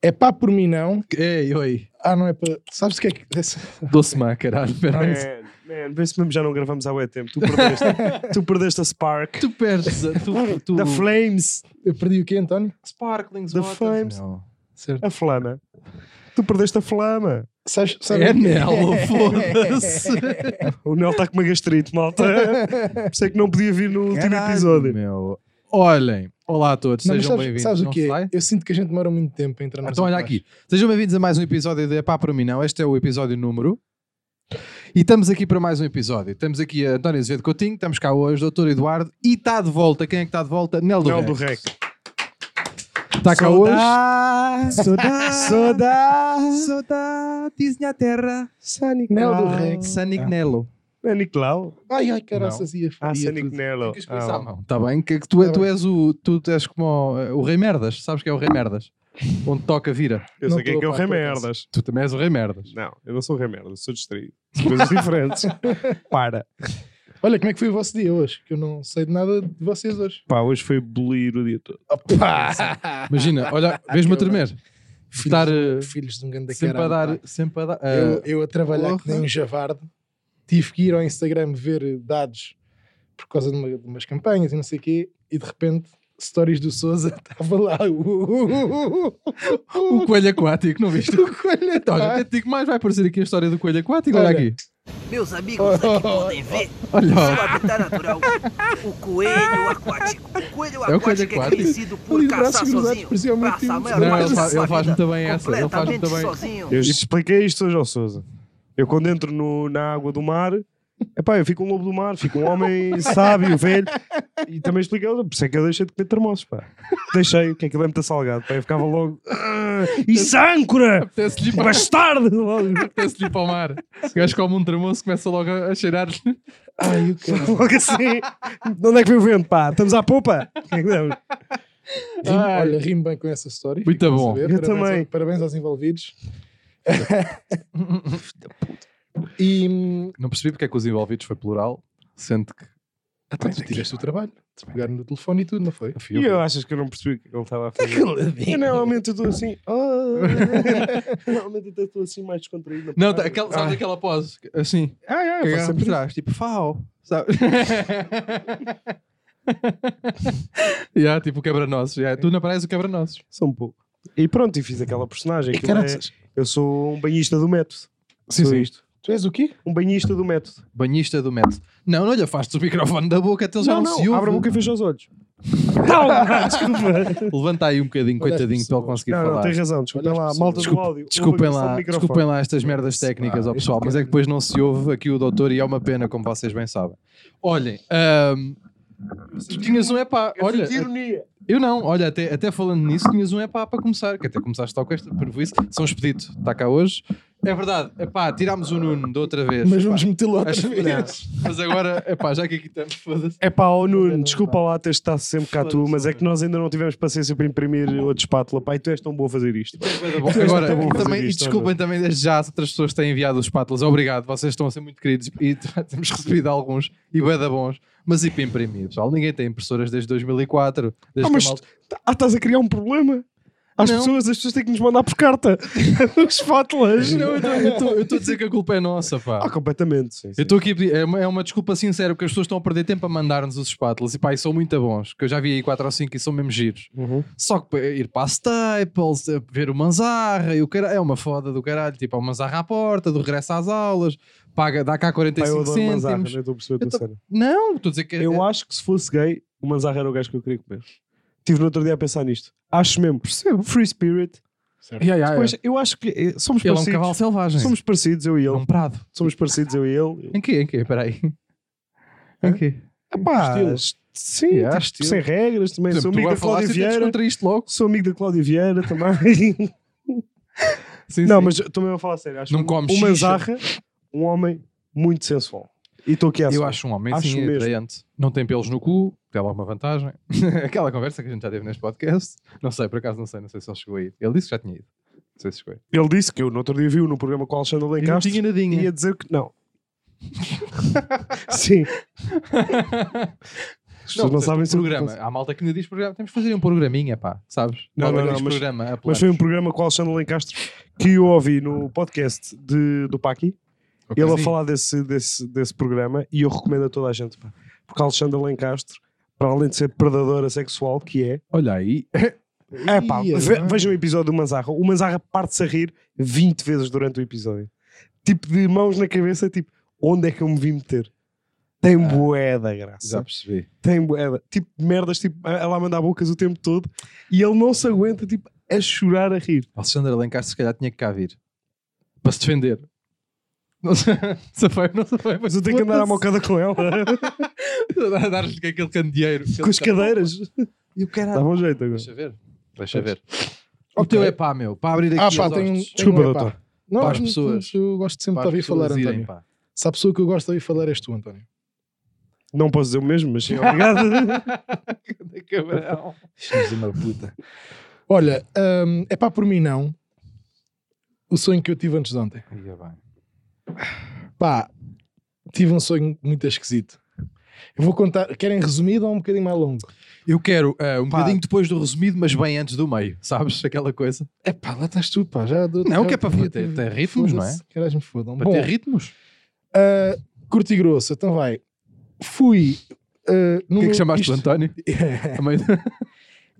É pá por mim não. Ei, oi. Ah, não é para. Sabes o que é que. Doce má, caralho. Espera aí. Man, É, man, vê se mesmo já não gravamos há bué tempo. Tu perdeste, tu perdeste a Spark. Tu perdes. a- Tu, tu... Da Flames. Eu perdi o quê, António? Sparklings, The waters. Flames. Não. Certo. A Flama. Tu perdeste a Flama. Sabes, sabes É o que Nelo, foda-se. O Nel está com uma gastrite, malta. Por isso é que não podia vir no último Caralho, episódio. meu. Olhem. Olá a todos, Não, mas sejam sabes, bem-vindos. sabes o Não que sai? Eu sinto que a gente demora muito tempo a entrar na Então olha aqui, sejam bem-vindos a mais um episódio de Epá para mim não, este é o episódio número e estamos aqui para mais um episódio, estamos aqui a António Azevedo Coutinho, estamos cá hoje, Doutor Eduardo e está de volta, quem é que está de volta? Nel do Nel Rec, do Rec. está cá hoje Saudade, saudade, Saudades na terra Ah, Sonic Nel do Rec. Sanic Nelo É Nicolau. Ai, ai, caraças, ia Ah, ia Sonic tudo. Nelo. Ah, Está bem, que, que tu, Tá tu és o tu és como o, o Rei Merdas, sabes que é o Rei Merdas onde toca vira, eu Não sei quem é tô, que é o pá, Rei por acaso. Merdas. tu também és o Rei Merdas Não, eu não sou o Rei Merdas, sou distraído. São coisas diferentes. Para. Olha, como é que foi o vosso dia hoje? Que eu não sei de nada de vocês hoje. Pá, hoje foi bolir o dia todo. imagina, olha, vês-me a tremer estar eh, Filhos de um grande sempre a caralho, dar pá. sempre a dar Eu, eh, eu a trabalhar que nem um javarde. Tive que ir ao Instagram ver dados por causa de, uma- de umas campanhas e não sei o quê. E de repente, stories do Souza estava lá. Uh, O coelho aquático, não viste? O coelho Então, olha, até atrás. te digo mais, vai aparecer aqui a história do coelho aquático. Olha, Olha. aqui. Meus amigos aqui podem ver Olha, o ó. seu habitat natural, o coelho aquático. O coelho É o coelho aquático é aquático. conhecido Ali por de braços caçar cruzados, sozinho. parecia o meu Passa tio. a maior Não, ele parte da faz- sua ele faz vida muito bem essa, ele faz completamente muito bem. sozinho. Eu expliquei isto hoje ao Souza. Eu quando entro no- na água do mar, epá, eu fico um lobo do mar, fico um homem sábio, velho. E também expliquei, ao Sousa, por isso é que eu deixei de comer termoços, pá. Deixei, que aquilo é muito salgado, pá. Eu ficava logo, "Ah, isso é âncora, Apetece-lhe ir para, bastardo! Logo, apetece-lhe ir para o mar. O gajo come um tremoço, começa logo a, a cheirar. Ai, o caralho. logo assim. De onde é que veio o vento, pá? Estamos à popa? O que é que damos? Rimo- Ai. olha, rimo bem com essa história. Muito Fico a bom. saber. Eu parabéns também. ao- parabéns aos envolvidos. e hum, Não percebi porque é que os envolvidos foi plural, sendo que. pá, tu tiveste o trabalho de pegar no telefone e tudo, não foi? Fui E eu eu. achas que eu não percebi o que ele estava a fazer? é Eu normalmente eu estou assim. "Oh." normalmente até estou assim mais descontraído. Não, tá, aquela, sabes aquela pose? Assim. Ah, ah, eu faço que agarra por sempre isso. trás, tipo, fau. Sabe? yeah, tipo o quebra-nozes. yeah. Tu não pareces o quebra-nozes. Só um pouco. E pronto, e fiz aquela personagem. E que é, caraças, eu sou um banhista do método. Sim, sou sim. isto. tu és o quê? Um banhista do método. Banhista do método. Não, não lhe afastes o microfone da boca, até ele já não, se ouve. abre a boca e fecha os olhos. não, não, desculpa. Levanta aí um bocadinho, Olha as coitadinho, pessoas. para ele conseguir Não, não, falar. tem razão. Desculpem Olha as lá, pessoas. malta Desculpe- do áudio. Desculpem uma lá, questão de desculpem microfone. lá estas merdas técnicas Pá, ao este pessoal, mas é que depois não se ouve aqui o doutor e é uma pena, como vocês bem sabem. Olhem, ahm, tu tinhas um epá, olha, ironia. eu não, olha, até, até falando nisso, tinhas um epá para começar, que até começaste tal com este prejuízo, São um Expedito está cá hoje. É verdade, epá, tirámos o Nuno da outra vez. Mas pá, vamos metê-lo outra acho- é vez. Mas agora, epá, já que aqui estamos, foda-se. É pá, ó Nuno, Não, desculpa lá teres estado sempre cá tu, mas é que nós ainda não tivemos paciência para imprimir outra espátula. Pá, e tu és tão bom a fazer isto. Bom, Tu és agora, muito bom a fazer também, e isto, desculpem também desde já se outras pessoas que têm enviado os espátulas. Obrigado, vocês estão a ser muito queridos e temos recebido alguns e bué da bons, mas e para imprimir, pessoal? Ninguém tem impressoras desde 2004. Desde Ah, mas que a malta- Ah, estás a criar um problema? Às Não. pessoas, as pessoas têm que nos mandar por carta os espátulas. Não, eu tô- eu tô- eu estou a dizer que a culpa é nossa, pá. Ah, completamente. Sim, Eu sim. estou aqui a pedir, é uma, é uma desculpa sincera, porque as pessoas estão a perder tempo a mandar-nos os espátulas e pá, e são muito bons, que eu já vi aí 4 ou 5 e são mesmo giros. Uhum. Só que pá, ir para a Staples, eh, ver o Manzarra e o cara é uma foda do caralho, tipo, há o Manzarra à porta, do regresso às aulas, paga, dá cá Pá, eu 45 adoro Manzarra, não cêntimos. estou a perceber a Eu tua tô- cena. Não, estou a dizer que Eu acho que se fosse gay, o Manzarra era o gajo que eu queria comer. Estive no outro dia a pensar nisto. Acho mesmo. Percebo. Ah, é. Free Spirit. Yeah, yeah, yeah. Depois, eu acho que eh, somos Ele é um parecidos. cavalo selvagem. somos parecidos, eu e É ele. um prado. Somos parecidos, eu e ele. Em quê? Em quê? Espera aí. Em quê? Epá, Estilo. Ah, sim, Yeah, tipo, estilo. sem regras também. Por Sou exemplo, tu amigo agora da falaste Cláudia e tu Vieira. descontraíste logo. Sou amigo da Cláudia Vieira também. Sim, Não, sim. mas também vou falar sério. Acho Não um- comes um xixa. Manzarra, um homem muito sensual. E estou aqui a Eu acho um homem Acho assim, mesmo. atraente. Não tem pelos no cu, tem alguma vantagem. Aquela conversa que a gente já teve neste podcast. Não sei, por acaso não sei, não sei se ele chegou aí. Ele disse que já tinha ido. Não sei se chegou aí. Ele disse que eu no outro dia viu no programa com o Alexandre E não Lencastre tinha nadinha. e ia dizer que não. Sim. As pessoas não sabem se o- um programa. Há malta que ainda diz programa. Temos que fazer um programinha, pá, sabes? Não, Malta não, que não, diz mas- programa, apelamos. Mas foi um programa com o Alexandre Lencastre que eu ouvi no podcast de, do Paqui. Ok. Ele a Sim. falar desse, desse, desse programa e eu recomendo a toda a gente. pá. Porque Alexandre Lencastre, para além de ser predadora sexual, que é. Olha aí. é pá, Ia, ve- não é? vejam o episódio do Manzarra. O Manzarra parte-se a rir 20 vezes durante o episódio. Tipo, de mãos na cabeça, tipo, onde é que eu me vim meter? Tem Ah. bué da graça. Já percebi. Tem boeda. Tipo, merdas, tipo, ela a mandar bocas o tempo todo e ele não se aguenta, tipo, a chorar a rir. Alexandre Alencastre se calhar tinha que cá vir. Para se defender. Não sei, se foi, não se foi. Mas eu tenho que andar à mocada com ela, A Dar-lhe aquele candeeiro. com as cadeiras. E o cara... Dava um jeito agora. Deixa ver. Deixa ver. O teu é pá, meu. Para abrir aqui Ah, os pá, tenho, hostes. tenho Desculpa, um epá. doutor. Não, Para as não, pessoas. Eu gosto sempre de Para ouvir as falar, pessoas irem, António. pá. Se há pessoa que eu gosto de ouvir falar, és tu, António. Não posso dizer o mesmo, mas sim, obrigado. Cabrão. Filhos de uma puta. Olha, é pá, por mim não. O sonho que eu tive antes de ontem. Ia bem. Pá, tive um sonho muito esquisito. Eu vou contar. Querem resumido ou um bocadinho mais longo? Eu quero eh, um Pá. bocadinho depois do resumido, mas bem antes do meio, sabes? Aquela coisa. É pá, lá estás tu, pá. Já dou- Não, já que é para devia ter- ter- ter ritmos, não é? Foda-se, Caralho, me fodam. Para Bom, ter ritmos. ah, curto e grosso, então vai. Fui. ah, no O que é meu- que chamaste isto- de António? A meio-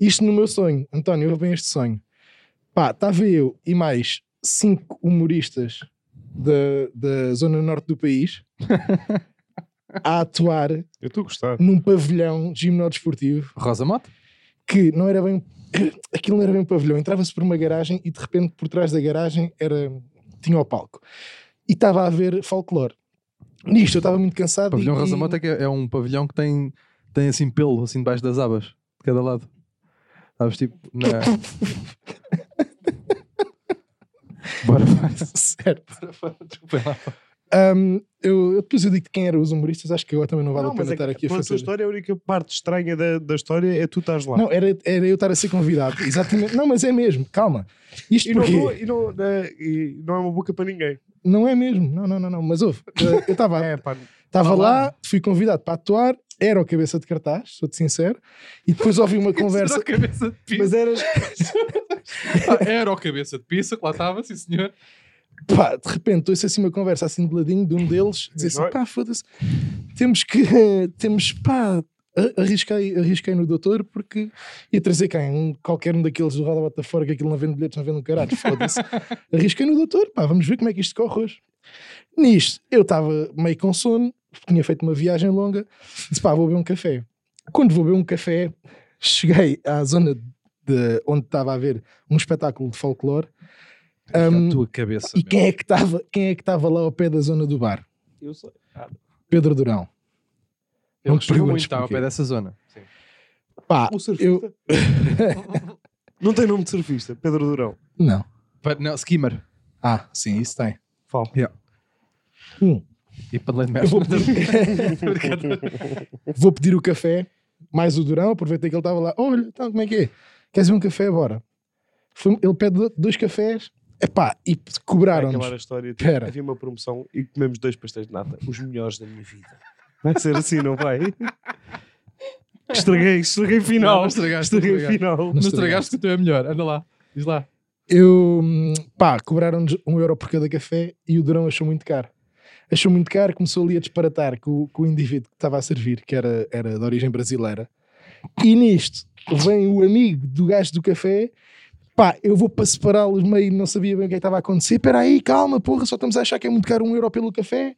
Isto no meu sonho, António, eu bem este sonho. Pá, estava eu e mais cinco humoristas da, da zona norte do país a atuar Eu estou a gostar. num pavilhão gimnodesportivo Rosa Mota? que não era bem. Aquilo não era bem um pavilhão. Entrava-se por uma garagem e de repente por trás da garagem era, tinha o palco. E estava a haver folclore. Nisto eu estava muito cansado. Pavilhão e, Rosa Mota que é é um pavilhão que tem, tem assim pelo assim debaixo das abas, de cada lado. Sabes, tipo, na... Bora, vai. Certo. Desculpa lá. Ahm, eu, eu depois eu digo quem eram os humoristas, acho que agora também não vale a pena estar aqui a é a tua fazer. história, a única parte estranha da, da história é tu estás lá. Não, era, era eu estar a ser convidado. Exatamente. Não, mas é mesmo, calma. Isto e, não porque dou- não, e não, eh, e não é uma boca para ninguém. é mesmo. Não, não, não, não. Mas houve. Eu estava É, pá, estava lá. lá, fui convidado para atuar, era o cabeça de cartaz, sou-te sincero, e depois ouvi uma Era conversa. o cabeça de mas pizza. eras. Ah, Era o cabeça de pizza, que lá estava, sim senhor. Pá, de repente ouço assim uma conversa assim de ladinho de um deles, dizer Não é? assim: pá, foda-se, temos que. Temos, pá. a- Arrisquei, arrisquei no doutor porque ia trazer quem? Um, qualquer um daqueles do Roda Bota Fora que aquilo não vende bilhetes, não vende um caralho, foda-se. arrisquei no doutor, pá, vamos ver como é que isto corre hoje. Nisto, eu estava meio com sono, tinha feito uma viagem longa, disse pá, vou beber um café. Quando vou beber um café, cheguei à zona de onde estava a haver um espetáculo de folclore É a tua cabeça, e quem é que estava quem é que estava lá ao pé da zona do bar? Eu sei. Ah, Pedro Durão. Eu não te gostei muito, perguntes estava ao porquê. pé dessa zona. Pá, O surfista. eu Não tem nome de surfista, Pedro Durão. não. Pa- Não, skimmer. Ah, sim, isso tem. Fala. Hum, E para de eu merda. vou pedir... vou pedir o café, mais o Durão, aproveitei que ele estava lá. Olha, então como é que é? Queres ver um café agora? Foi- ele pede do- dois cafés. Epá, e Vai acabar a cobraram-nos. história. tipo, Pera. Havia uma promoção e comemos dois pastéis de nata, os melhores da minha vida. Vai ser assim, não vai? estraguei, estraguei final. Não, estragaste, estraguei estragaste. final. Não estragaste que o teu é melhor. Anda lá. Diz lá. Eu, hum, pá, cobraram-nos um euro por cada café e o Durão achou muito caro. Achou muito caro, começou ali a disparatar com, o- com o indivíduo que estava a servir, que era, era de origem brasileira. E nisto vem o amigo do gajo do café. Pá, eu vou para separá-los meio, não sabia bem o que é que estava a acontecer. Espera aí, calma, porra, só estamos a achar que é muito caro um euro pelo café.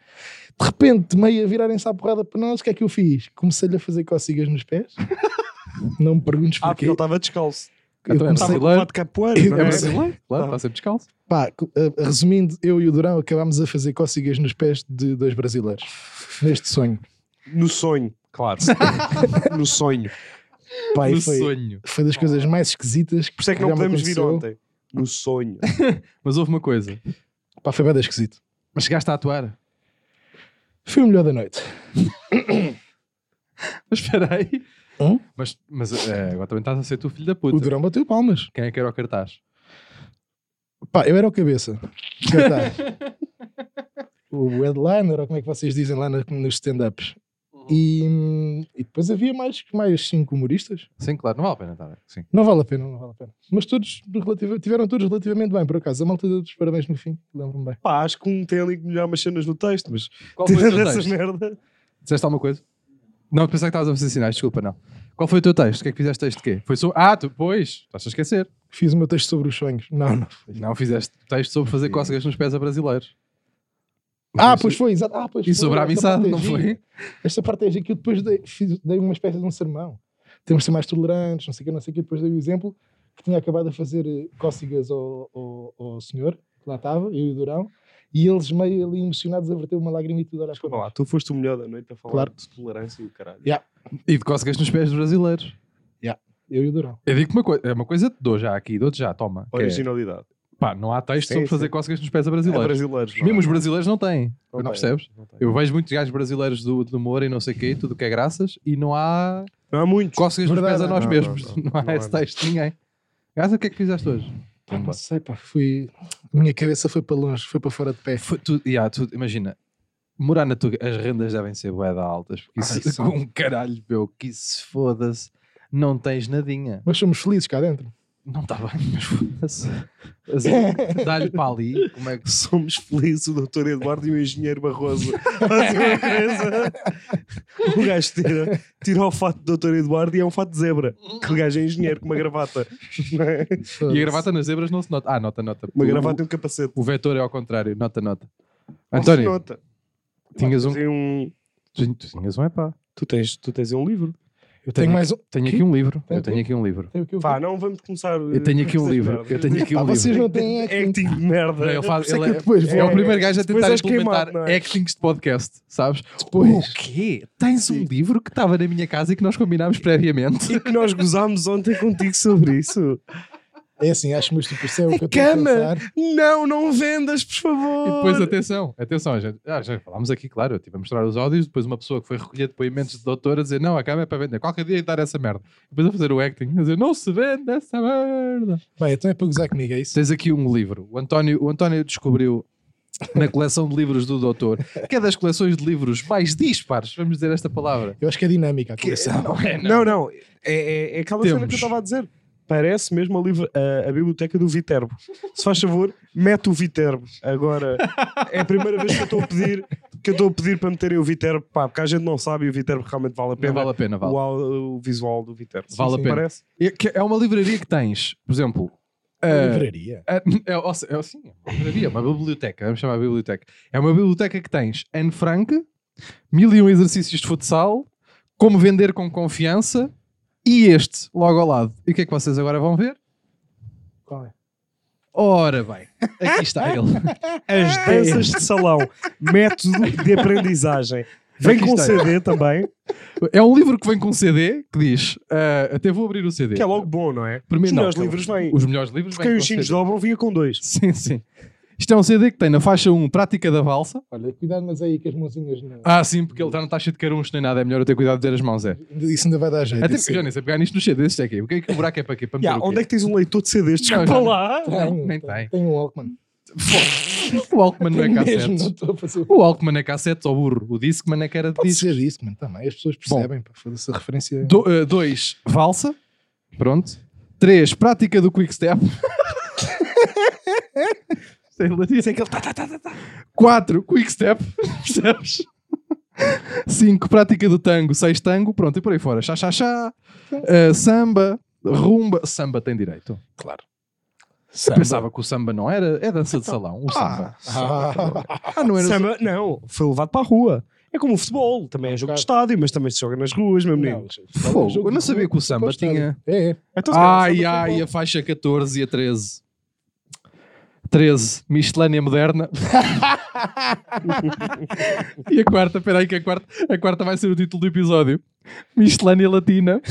De repente, meio a virarem-se à porrada para nós, o que é que eu fiz? Comecei-lhe a fazer cócegas nos pés. Não me perguntes Ah, porque porquê. ele estava descalço. eu Então é comecei, brasileiro. Estava de capoeira. Eu não É é? brasileiro, claro, Tá. está sempre descalço. Pá, co- a- resumindo, eu e o Durão acabámos a fazer cócegas nos pés de dois brasileiros. Neste sonho. No sonho, claro. no sonho. Pá, e No foi, sonho. foi das coisas mais esquisitas que Por isso é que não já me podemos vir aconteceu. ontem. No sonho. Mas houve uma coisa. Pá, foi bem esquisito. Mas chegaste a atuar. Foi o melhor da noite. Mas espera aí. Hum? Mas, mas é, agora também estás a ser tu filho da puta. O Durão bateu palmas. Quem é que era o cartaz? Pá, eu era o cabeça. Já tá. o headliner, ou como é que vocês dizem lá na- nos stand-ups. E, hum, e depois havia mais, mais cinco humoristas. Sim, claro, não vale a pena estar. Sim. Não vale a pena, não vale a pena. Mas todos relativa- tiveram todos relativamente bem, por acaso. A malta deu dos parabéns no fim, lembro-me bem. Pá, acho que um tem ali que melhorar umas cenas no texto, mas Qual foi o tirando teu essas texto? merda. Disseste alguma coisa? Não, pensei que estavas a fazer sinais, desculpa, não. Qual foi o teu texto? O que é que fizeste texto de quê? Foi sobre... Ah, tu, pois, estás a esquecer. Fiz o meu texto sobre os sonhos. Não, não. Não fizeste texto sobre fazer cócegas nos pés a brasileiros. Ah, pois foi, exato. Ah, pois E foi. sobre a Esta amizade, parte é não gira. foi? Esta parte é gira que eu depois dei, fiz- dei uma espécie de um sermão. Temos de ser mais tolerantes, não sei o que, não sei o que. Depois dei o exemplo que tinha acabado a fazer eh, cócegas ao, ao, ao senhor, que lá estava, eu e o Durão, e eles meio ali emocionados a verter uma lágrima e tudo a olhar Desculpa para lá, nós. tu foste o melhor da noite a falar Claro. de tolerância e o caralho. E de cócegas nos pés dos brasileiros. Eu e o Durão. Eu digo uma coisa, é uma coisa que te dou já aqui, dou-te já, toma. que é- Originalidade. pá, não há texto Sim, sobre sim. fazer cócegas nos pés a É brasileiros. brasileiros. não é? Mesmo os brasileiros não têm. Não, tem, percebes? não tem. Eu vejo muitos gajos brasileiros do, do humor e não sei o quê, tudo o que é graças, e não há Não há muitos. cócegas nos Verdade, pés a nós não, mesmos. Não, não, não. há Não esse há, não. texto de ninguém. Graças, o que é que fizeste hoje? Pá, Pumba. não sei, pá, fui. A minha cabeça foi para longe, foi para fora de pé. É, Foi tu, yeah, tu- imagina, morar na tua. As rendas devem ser bué de altas, porque Ai, isso são. com um caralho, meu, que isso foda-se. Não tens nadinha. Mas somos felizes cá dentro. Não está bem, mas foda-se. Assim, Dá-lhe para ali. Como é que. Somos felizes, o doutor Eduardo e o engenheiro Barroso. Fazem uma coisa. O gajo tira, tira o fato do doutor Eduardo e é um fato de zebra. Que o gajo é engenheiro com uma gravata. não é? E a gravata nas zebras não se nota. Ah, nota, nota. Uma O- gravata e um capacete. O vetor é ao contrário, nota, nota. Não se António, nota. tinhas um. Tem um- Tu tinhas um epá. Tu tens, tu tens um livro. Eu tenho, mais um. Tenho Quê? aqui um livro. Tem Eu tenho quê? aqui um livro. Tenho aqui o Pá, não vamos começar. Eu tenho aqui um livro. Eu tenho aqui Ah, um vocês livro. não têm acting. Acting tipo de merda. Não, ele Por faz- isso é ele que eu- Depois É, vou- o primeiro gajo a Depois tentar és implementar queimado, não é? actings de podcast, sabes? Depois. O quê? Tens um livro que estava na minha casa e que nós combinámos previamente. E que nós gozámos ontem contigo sobre isso. É assim, acho muito estúpido. isso É o que eu tenho Cama! a pensar. Não, não vendas, por favor. E depois, atenção, atenção, gente. Ah, já falámos aqui, claro, eu estive a mostrar os áudios, depois uma pessoa que foi recolher depoimentos de doutor a dizer não, a cama é para vender, qualquer dia ia dar essa merda. Depois a fazer o acting, a dizer não se vende essa merda. Bem, então é para gozar comigo, é isso? Tens aqui um livro. O António, o António descobriu na coleção de livros do doutor, que é das coleções de livros mais dispares, vamos dizer esta palavra. Eu acho que é dinâmica a coleção. Não é, não. Não, não. É, é, é aquela cena Temos. que eu estava a dizer. Parece mesmo a, livra- a- a biblioteca do Viterbo. Se faz favor, mete o Viterbo. Agora, é a primeira vez que eu estou a pedir que eu estou a pedir para meterem o Viterbo, pá, porque a gente não sabe e o Viterbo realmente vale a Não pena. vale a pena, vale. O, au- o visual do Viterbo. Vale a pena. Parece. É que É uma livraria que tens, por exemplo. eh, Livraria. eh, é, ou se- é, assim, é uma livraria, uma biblioteca, vamos chamar de biblioteca. É uma biblioteca que tens Anne Frank, mil e um exercícios de futsal, como vender com confiança e este logo ao lado. E o que é que vocês agora vão ver? Qual é? Ora bem, aqui está ele. As danças de salão. Método de aprendizagem. Vem Aqui com está. CD também, É um livro que vem com CD que diz. eh, até vou abrir o CD. que é logo bom, não é? Primeiro, Os não, melhores calma. livros vêm. Os melhores livros Porque aí vêm os com chinos CD. dobram, vinha com dois. Sim, sim. Isto é um CD que tem na faixa 1 Prática da Valsa. Olha, cuidado, mas aí com as mãozinhas. Não. Ah, sim, porque ele já não está cheio de carunhos nem nada. É melhor eu ter cuidado de dizer as mãos, é. Isso ainda vai dar jeito. Até isso porque eu já nem sei pegar nisto nos CDs, isto é aqui. O que é que o buraco é para quê? Para meter Ya, o quê? onde é que tens um leitor de CDs? Não, Desculpa já não. lá. Tem, Não, nem tem. Tem um Walkman. O Alckman não é Mesmo, não cassete. estou a fazer. O Alckman é cassete ou burro. O Discman é que era de Pode disco. ser isso, mano. Também as pessoas percebem. Pá, foda-se a referência. Do, eh, dois, valsa. Pronto. Três, prática do quick step. Sei lá, diz aquele tá, tá, tá, tá, tá. Quatro, quick step. Percebes? Cinco, prática do tango. Seis, tango. Pronto, e por aí fora. Chá, chá, chá. Eh, samba. Rumba. Samba tem direito. Claro. Eu pensava que o samba não era. É dança de salão. O samba. Ah, Ah, não era. Samba- não, foi levado para a rua. É como o futebol, também é jogo de estádio, mas também se joga nas ruas, meu menino. não, gente. Fogo, Jogo eu não de sabia rua, que o samba para estádio. É, é. Então, se calhar, Ai, sabe ai, futebol. a faixa 14 e a 13. 13, miscelânea moderna. e a quarta, peraí, que a quarta, a quarta vai ser o título do episódio: Miscelânea Latina.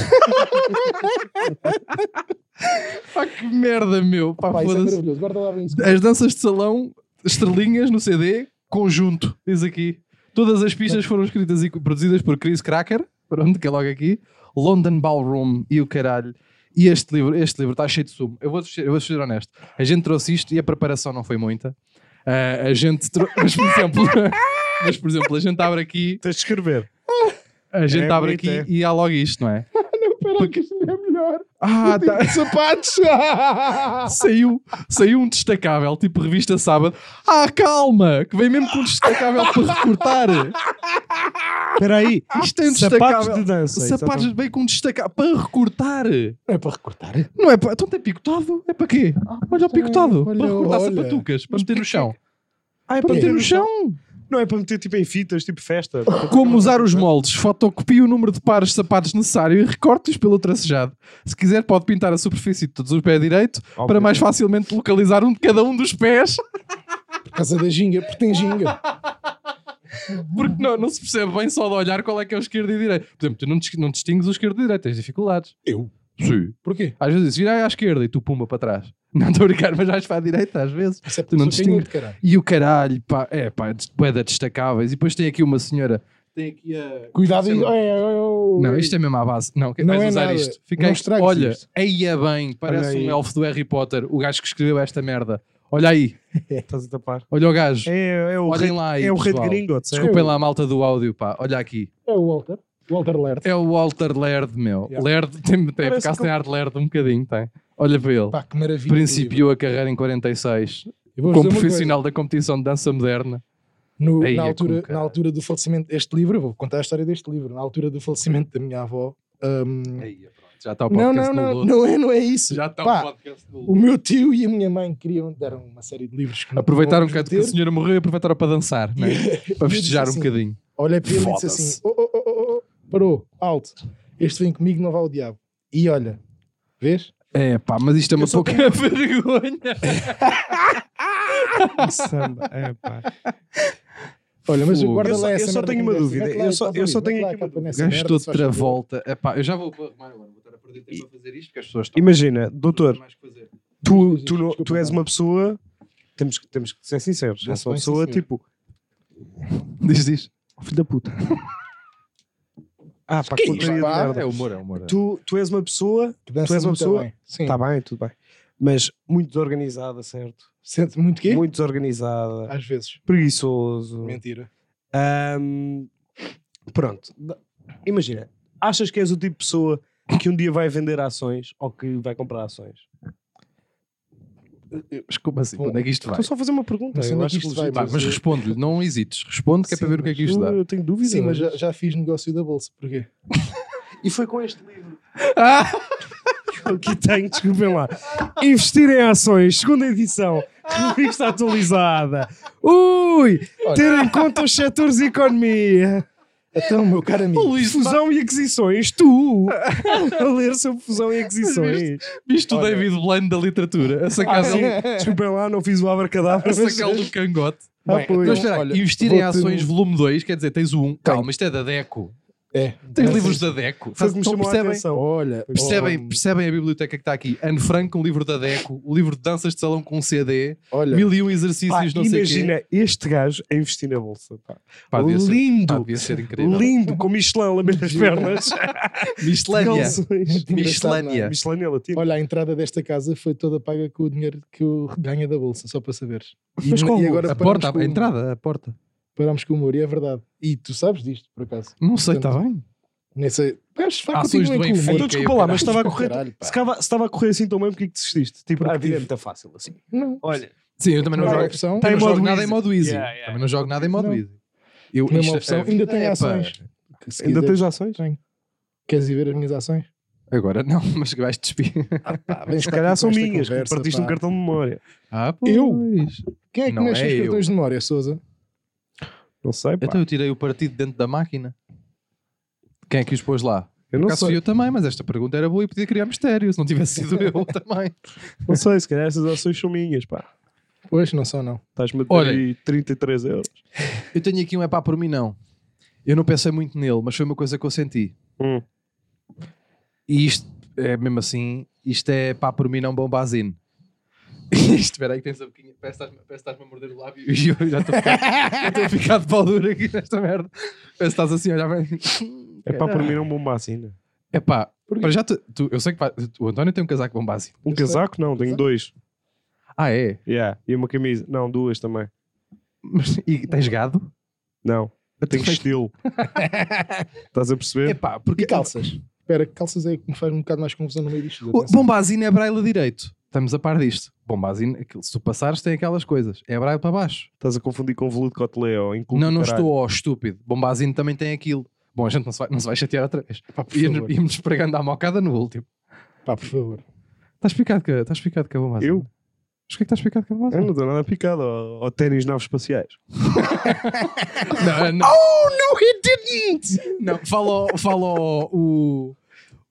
Pá, que merda, meu. Pá, Pá, isso é foda-se. maravilhoso. Guarda lá bem isso. As danças de salão, estrelinhas no CD, conjunto, diz aqui. Todas as pistas foram escritas e produzidas por Chris Cracker, pronto, que é logo aqui. London Ballroom e o caralho. E este livro, este livro está cheio de sumo. Eu vou ser, eu vou ser honesto. A gente trouxe isto e a preparação não foi muita. Ah, a gente trouxe. Mas, por exemplo. Mas, por exemplo, a gente abre aqui Tens de escrever. A gente É abre bonito, aqui e há logo isto, não é? Espera que isto não é melhor. Ah, Tipo tá. de sapatos. Saiu, saiu um destacável, tipo revista sábado. Ah, calma, que vem mesmo com um destacável para recortar. Espera aí. Isto é um Sapatos destacável. de dança. Sapatos vem com um destacável para recortar. Não é para recortar. Não é para. Então tem picotado? É para quê? Olha o picotado. olha, para recortar olha. sapatucas, para meter no chão. Ah, é Para meter no chão. Não é para meter tipo em fitas, tipo festa. Como usar os moldes? Fotocopia o número de pares de sapatos necessário e recorte-os pelo tracejado. Se quiser, pode pintar a superfície de todos os pés direito para mais facilmente localizar um de cada um dos pés. Por causa da ginga, porque tem ginga. Porque não, não se percebe bem só de olhar qual é que é o esquerdo e direito. Por exemplo, tu não, dis- não distingues o esquerdo e direito, tens dificuldades. Eu? Sim. Porquê? Às vezes vira à esquerda e tu pumba para trás. Não estou a brincar, mas vais para a direita às vezes. Isso é Tu porque não não distingues. distingue. caralho. E o caralho, pá, é pá, boeda destacáveis. E depois tem aqui uma senhora. Tem aqui a. Cuidado. É, Sei e- lá. Ai, ai, ai, ai. Não, isto é mesmo à base. Não, que Não vais é usar nada. isto. Não Fiquei, estragues olha, isto. aí é bem, parece Olha aí. um elfo do Harry Potter, o gajo que escreveu esta merda. Olha aí, né? Estás a tapar. olha o gajo. É, é o Olhem rei, lá aí, é o rei de pessoal. Gringotts. é? Desculpem lá a malta do áudio, pá, olha aqui. É o Walter. Walter Lert. É o Walter Laird, meu. Yeah. Laird, tem, tem, por Parece acaso que- tem ar de Laird um bocadinho, tem. Olha para ele. Pá, que maravilha. Principiou a carreira em 46, Eu vou-vos dizer como uma coisa. profissional da competição de dança moderna. No- Aí é na, com altura, caralho. na altura do falecimento deste livro, eu vou contar a história deste livro. Na altura do falecimento da minha avó. hum, Já está o não, não, podcast no não, lodo. não é, não é isso. Já está Pá, o podcast no O lodo. meu tio e a minha mãe queriam dar uma série de livros que não Aproveitaram que, é podíamos um que a meter. senhora morreu e aproveitaram para dançar, né? para eu festejar disse assim, um bocadinho. Olhei para ele e disse assim: oh, oh, oh, oh, oh, parou, alto. Este vem comigo, não vá ao diabo. E olha, vês? É pá, mas isto é uma pouca vergonha. Samba. É, pá. Olha, mas Fogo. guarda Eu só- lá eu essa só merda tenho que uma me deste. dúvida. Mete lá é Eu aí, só- faz eu só favor, tenho mete lá aqui cá uma para nessa merda, Gastou se faz favor. travolta. É pá, eu já vou arrumar agora, vou estar a perder tempo a fazer isto, porque as pessoas estão Imagina, doutor, mais que fazer. tu, Diz, diz, tu, não- desculpa, tu és não. uma pessoa. Temos, que- temos que ser sinceros. És Dá-se uma bem, sim, pessoa senhor. tipo. Diz, diz. Filho da puta. Ah, Que pá, que isso, contraria de pá? merda. É humor, é humor. Tu, tu és uma pessoa. Que dança Tu és uma muito pessoa- bem. Sim. tá- Está Tá bem, tudo bem. Mas muito desorganizada, certo? Sente muito quê? Ah. Muito desorganizada. Às vezes. Preguiçoso. Mentira. Ahm, pronto. Da- Imagina, achas que és o tipo de pessoa que um dia vai vender ações ou que vai comprar ações? Mas como assim? Bom, Onde é que isto vai? Estou só a fazer uma pergunta. Não sei Então, onde Eu é acho que isto que legítimo. Pá, mas mas- responde-lhe, não hesites. Responde que é para Sim, ver o que é que Mas isto dá. Eu tenho dúvidas. Sim, mas já, já fiz negócio da bolsa. Porquê? E foi com este livro Ah, que eu aqui tenho, desculpem lá. Investir em ações, segunda edição, revista atualizada. Ui, Olha. ter em conta os setores de economia. Então, meu caro amigo. Luís, Fusão e aquisições, tu a ler sobre fusão e aquisições. viste o Olha. David Blaine da literatura? Essa Ah, casa sim. Desculpem lá, não fiz o abracadabra. mas- do cangote. Ah, Bem, pois. Mas então, espera, aí, olha, investir em vou-te- ações volume 2, quer dizer, tens o 1. Calma, isto é da Deco. É. Tens Sim. livros da Deco. Foi o que me Então chamou a percebem? atenção. Olha, um- Percebem, percebem a biblioteca que está aqui? Anne Frank, um livro da Deco, o livro de danças de salão com um CD, olha. mil e um Pá, exercícios, não sei o quê. imagina este gajo a investir na bolsa. pá. Pá, devia ser- pá, lindo, devia ser incrível. lindo, com Michelin a lamber as pernas. Mistelânea. Calções. Muito engraçado, Michelânia. não é? Michelin é latino. Olha, a entrada desta casa foi toda paga com o dinheiro que eu ganho da bolsa, só para saberes. E, Mas e como? agora A paramos porta, com a o- entrada, a porta. Paramos com o humor, e é verdade. E tu sabes disto, por acaso. Não sei, está Portanto, bem. Nem sei. Mas pá, Ações continuem do com o Benfica. humor. é Então desculpa lá, mas estava a correr. Caralho, pá. Se cava- se estava a correr assim tão bem, porque é que desististe? Tipo, Porque a vida é tive- muito fácil assim. Não. Olha, Sim, eu também não Não há jogo. opção. Tem Também não modo jogo nada em easy. modo easy. Yeah, yeah. Também não jogo nada em modo Não. easy. Eu, Tem uma isto- opção. a Ainda vida tem é, pá. ações. que se ainda quiseres- tens ações? Queres ir ver as minhas ações? Agora não, mas que vais despir. Pá, vens Se cá aqui calhar tipo, com esta são minhas, que conversa, partiste pá. um cartão de memória. Ah, Eu? pois. Quem é que Não mexe é nos eu. cartões de memória, Souza? Não sei, pá. Então eu tirei o partido dentro da máquina. Quem é que os pôs lá? Eu Por não acaso fui sei. eu também, mas esta pergunta era boa e podia criar mistério, se não tivesse sido eu também. Não sei, se calhar essas ações são minhas, pá. Pois, não são, não. Estás-me a ter Olha. aí 33 euros. Eu tenho aqui um é pá por mim não. Eu não pensei muito nele, mas foi uma coisa que eu senti. Hum. E isto é mesmo assim, isto é pá por mim não bombazine. Isto, espera aí que tens a boquinha, parece que estás- parece que estás-me a morder o lábio e eu já estou a ficar- eu estou a ficar de pau duro aqui nesta merda. Parece que estás assim, olha bem. É pá, por mim não bomba assim, né? É pá, Porquê? para já tu, tu- eu sei que vai- tu- o António tem um casaco bombazine. Um Eu sei. casaco? Não, tenho Casaco? dois. Ah é? Yeah. E uma camisa? Não, duas também. Mas- É. e tens gado? Não. Tem estilo. Estás a perceber? Epá, porque E calças? Espera, que calças é que me faz um bocado mais confusão no meio disto. O atenção. Bombazino é braille direito. Estamos a par disto. Bombazino, aquilo, se tu passares, tem aquelas coisas. É braille para baixo. Estás a confundir com veludo cotelé ou inclusive. não, não estou, ó, estúpido. Bombazino também tem aquilo. Bom, a gente não se vai, não se vai chatear outra vez. Pá, por favor. Íamos pregando à mocada no último. Tá Pá, por favor. Estás picado com estás picado com a Bombazino? Eu? Mas o é que é que estás picado com a Eu não Bombazino? estou nada picado. Ou, ou ténis naves espaciais. Não, não, Oh, no, he didn't! não. Fala, ao- fala ao- o,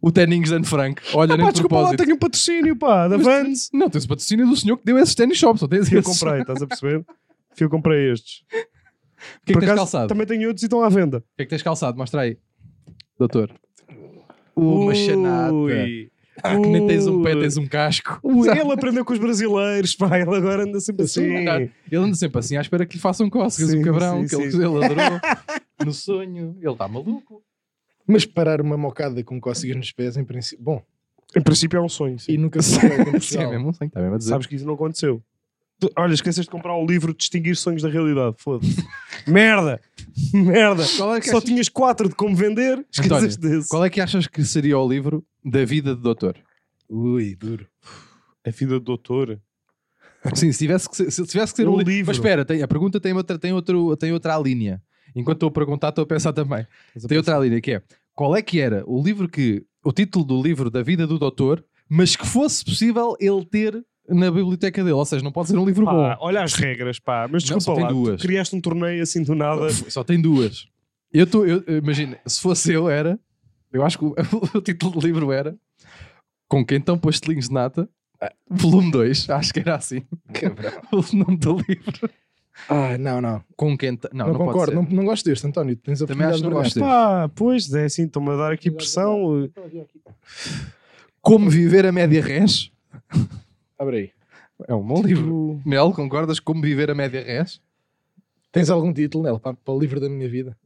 o Tennings and Frank. Olha, nem Pá, de desculpa lá, propósito. tenho um patrocínio, pá, da Vans. Não, tens o patrocínio do senhor que deu esses ténis shops. Só tens Fui eu esses. comprei, estás a perceber? Fui eu comprei estes. O que é que tens calçado? também tenho outros e estão à venda. O que é que tens calçado? Mostra aí. Doutor. Uma chanata. Ui. Ah, que nem tens um pé, tens um casco. Ui, ele aprendeu com os brasileiros, pá, ele agora anda sempre assim. Ele anda sempre assim à espera que lhe façam cócegas, Sim, o cabrão, sim, que ele, sim. ele adorou no sonho. Ele está maluco. Mas parar uma mocada com cócegas nos pés, em princípio. Bom, Em princípio é um sonho, sim. e nunca se foi em Sim, é Portugal. mesmo um sonho, está mesmo a dizer. Sabes que isso não aconteceu. Tu- Olha, esqueceste de comprar um livro de Distinguir Sonhos da Realidade, foda-se. Merda! Merda! Qual é que Só achas- tinhas quatro de como vender, esqueceste António, desse. Qual é que achas que seria o livro da vida de doutor? Ui, duro. A vida É do doutor. Sim, se tivesse que ser, se tivesse que ser Um um, livro. livro. Mas espera, tem- a pergunta tem outra, tem, outro, tem outra linha. Enquanto estou a perguntar, estou a pensar também. Tem outra linha que é: qual é que era o livro que. o título do livro da vida do doutor, mas que fosse possível ele ter na biblioteca dele? Ou seja, não pode ser um livro Pá, bom. olha as regras, pá. Mas Não, só desculpa tem lá, tu duas. criaste um torneio assim do nada. Só tem duas. Eu estou. Eu, imagina, se fosse eu, era. Eu acho que o, o título do livro era. Com quem então pastelinhos de nata, ah, volume 2, acho que era assim Cabrão. o nome do livro. Ah, não, não. Com quem então. Não, Não, não pode concordo. ser. Não, não gosto deste, António. Tens a Também acho que não oportunidade de gosto Pá, pois é assim, estão-me a dar aqui pressão. Como viver a média res? Abre aí. É um Tipo, bom livro. Mel, concordas como viver a média res? Tens algum título, Nel, para, para o livro da minha vida?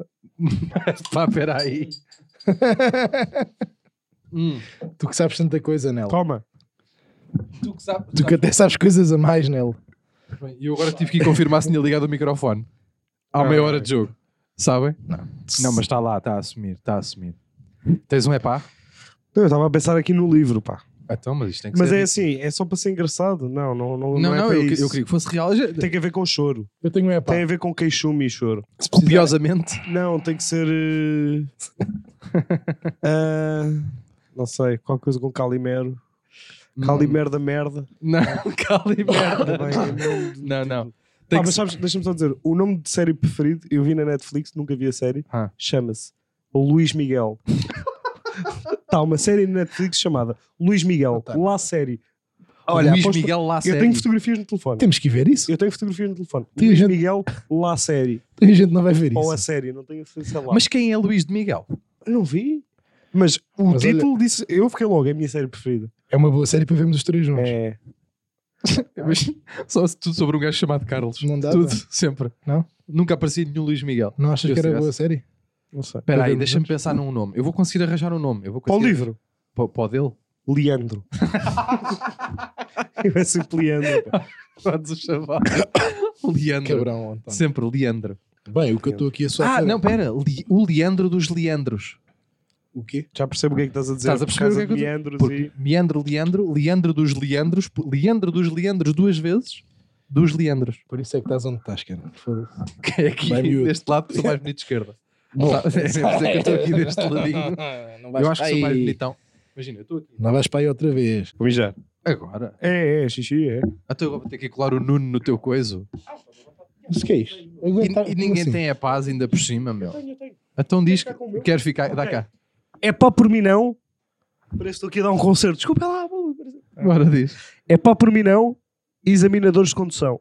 Pá, peraí. Hum. Tu que sabes tanta coisa, Nel. eh, Toma. Tu que sabes. Tu que até sabes coisas a mais, Nel. Bem, eu agora tive que ir confirmar se tinha ligado o microfone. Há meia hora de jogo. Sabem? Não. Não, mas está lá, está a assumir, está a assumir. Tens um epá? Eu estava a pensar aqui no livro, pá. Então, mas isto tem que Mas ser. é assim, é só para ser engraçado. Não, não, não, não, Não, não, é para eu, que- isso. eu queria que fosse real. Já- Tem que haver com choro. Eu tenho um epá. Tem a ver com queixume e choro. Copiosamente. Não, tem que ser. eh, ah, não sei, qualquer coisa com Calimero. Calimero da merda. Não, Caliberta. Também é nome de- Não, não. Ah, Tem que mas sabes, deixa-me só dizer, o nome de série preferido, eu vi na Netflix, nunca vi a série, Ah. chama-se Luís Miguel. Está uma série na Netflix chamada Luís Miguel, tá. lá série. Olha, Luís aposto- Miguel lá Eu tenho fotografias no telefone. Temos que ver isso. Eu tenho fotografias no telefone. Tem Luís gente- Miguel, lá série. A gente não vai ver Ou a isso. série, não tenho certeza lá. Mas quem é Luís de Miguel? eu não vi. Mas o Mas olha- título disse, eu fiquei logo, é a minha série preferida. assim. É uma boa série para vermos os três juntos. É. Mas só se tudo sobre um gajo chamado Carlos. Não dá, Tudo, pá. sempre. Não? Nunca aparecia nenhum Luís Miguel. Não achas Eu que era sei boa essa. série? Não sei. Espera aí, Deus, deixa-me pensar num nome. Eu vou conseguir arranjar um nome. Eu vou Para o conseguir... livro, Para, para o dele? Leandro. eu é sempre Leandro. pá. Podes o chamar. Leandro. Cabrão, António. Sempre Leandro. Bem, o que eu estou aqui a só ah, saber- não, pera. Li- O Leandro dos Leandros. O quê? Já percebo o que é que estás a dizer. Estás a por perceber o causa que é que eu de tô- Leandros Porque e... Meandro, Leandro, Leandro dos Leandros, Leandro dos Leandros duas vezes, dos Leandros. Por isso é que estás onde estás, cara. Foda-se. Que é aqui Bem miúdo. deste lado que sou mais bonito de esquerda. Sabe? É por isso é que eu estou aqui deste ladinho. Eu acho que sou mais bonitão. Imagina, eu estou aqui. Não vais para aí outra vez. Vou mijar. Agora. É, é, xixi, é. Até agora vou ter que colar o Nuno no teu coiso. Mas o que é isto? E, Aguentar- e como ninguém assim? tem a paz ainda por cima, meu. Então diz que ficar com o meu? quero ficar. Dá cá. É pá por mim não. Parece que estou aqui a dar um concerto. Desculpa lá. vou- Agora diz. É pá por mim não. Examinadores de condução.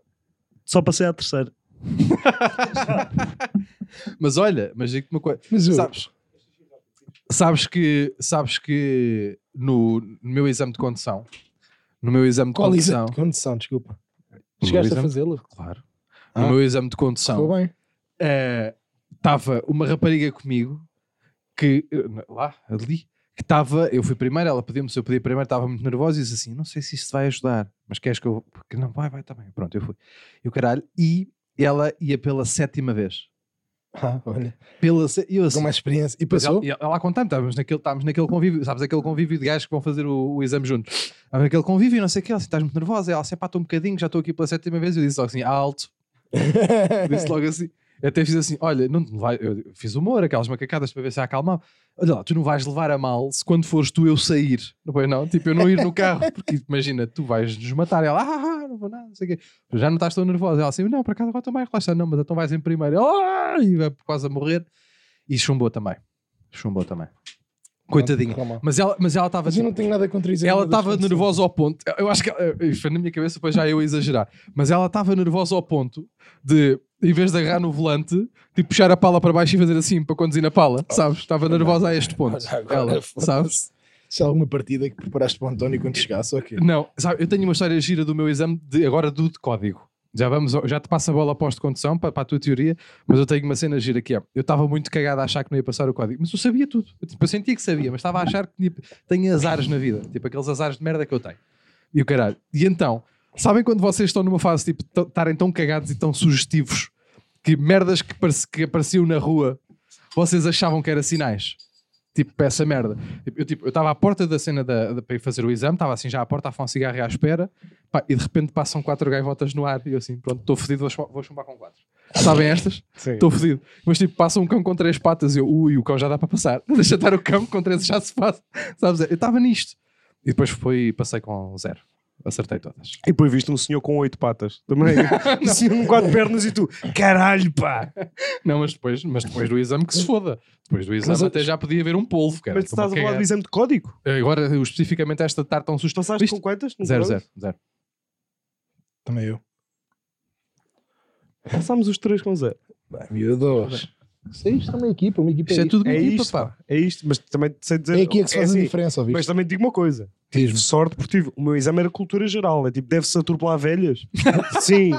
Só passei à terceira. Mas olha, mas digo-te uma coisa. Mas eu... Sabes? Sabes que, sabes que no, no meu exame de condução, no meu exame de Qual condução, exame de condução? Desculpa. No Chegaste a exame? fazê-la? claro, Ah. no meu exame de Ficou condução, bem. estava uma rapariga comigo que eh, lá, ali, que estava, eu fui primeiro, ela pediu-me se eu podia ir primeiro, estava muito nervosa e disse assim: não sei se isto vai ajudar, mas queres que eu. Porque tá não, vai, vai, está bem. Pronto, eu fui. E o caralho, e ela ia pela sétima vez. Ah, olha. Pela, se- e eu Com assim, mais experiência. E Mas é passou? Ela, ela lá contando, estávamos naquele, estávamos naquele convívio, sabes, aquele convívio de gajos que vão fazer o, o exame juntos. Estávamos naquele convívio, e não sei o que, ela assim, estás muito nervosa, ela assim, pá, estou um bocadinho, já estou aqui pela sétima vez, eu disse logo assim, alto, disse logo assim, até fiz assim, olha, não te vai, eu fiz humor, aquelas macacadas para ver se a acalmava. Olha lá, tu não vais levar a mal se quando fores tu eu sair, não foi não? Tipo, eu não ir no carro, porque imagina, tu vais nos matar, ela, ah, ah, ah, não vou nada, não sei o quê. Já não estás tão nervosa, ela assim, não, para acaso agora estou mais relaxada, não, mas então vais em primeiro, ah, e vai quase a morrer. E chumbou também, chumbou também. Coitadinha. Calma. Mas ela mas ela estava Mas eu não tenho nada contra isso. ela nada das estava condições. nervosa ao ponto. Eu acho que ela- eh, foi na minha cabeça, depois já eu a exagerar. Mas ela estava nervosa ao ponto de, em vez de agarrar no volante, tipo puxar a pala para baixo e fazer assim para conduzir na pala, sabes? Estava nervosa a este ponto. Oh, Olha agora, Ela, foda-se. sabes? Se há alguma partida que preparaste para o António quando chegasse, ok. Não, sabe, eu tenho uma história gira do meu exame de, agora do de código. Já, vamos, ao- já te passo a bola após de condução para, para a tua teoria, mas eu tenho uma cena gira que é: eu estava muito cagado a achar que não ia passar o código, mas eu sabia tudo. Eu, tipo, eu sentia que sabia, mas estava a achar que tinha- tenho azares na vida, tipo aqueles azares de merda que eu tenho. E o caralho. E então, sabem quando vocês estão numa fase tipo t- estarem tão cagados e tão sugestivos que merdas que, parece- que apareciam na rua vocês achavam que eram sinais? Tipo, para essa merda. Tipo, Eu tipo, eu estava à porta da cena da, da- para ir fazer o exame, estava assim já à porta, a fumar um cigarro e à espera, pá, e de repente passam quatro gaivotas no ar e eu assim, pronto, estou fodido, vou, chu- vou chumbar com quatro. Sabem estas? Sim. Estou fodido. Mas tipo, passa um cão com três patas e eu, ui, o cão já dá para passar. Deixa estar o cão com três já se passa. Sabes? Eu estava nisto. E depois foi, passei com zero. Acertei todas. E depois viste um senhor com oito patas. Também. um senhor com quatro pernas e tu, caralho, pá. Não, mas depois, mas depois do exame que se foda. Depois do exame Mas, até já podia haver um polvo, cara. Mas tu Estou-me a estás a falar cagar. do exame de código? é? Agora, eu especificamente esta de estar tão susto. Passaste Viste? com quantas? Não Zero, zero, parece? zero. Também eu. Passámos os três com zero. Bem, miúdos. Vocês estão uma equipa, uma equipa. Isto é tudo É equipa, isto, pá. pá. É isto, mas também sei dizer. É aqui é que se faz a assim, diferença, Mas ouviste? também te digo uma coisa. Tipo, Diz-me. Sorte porque tive. O meu exame era cultura geral. É tipo, deve-se atropelar velhas? Sim.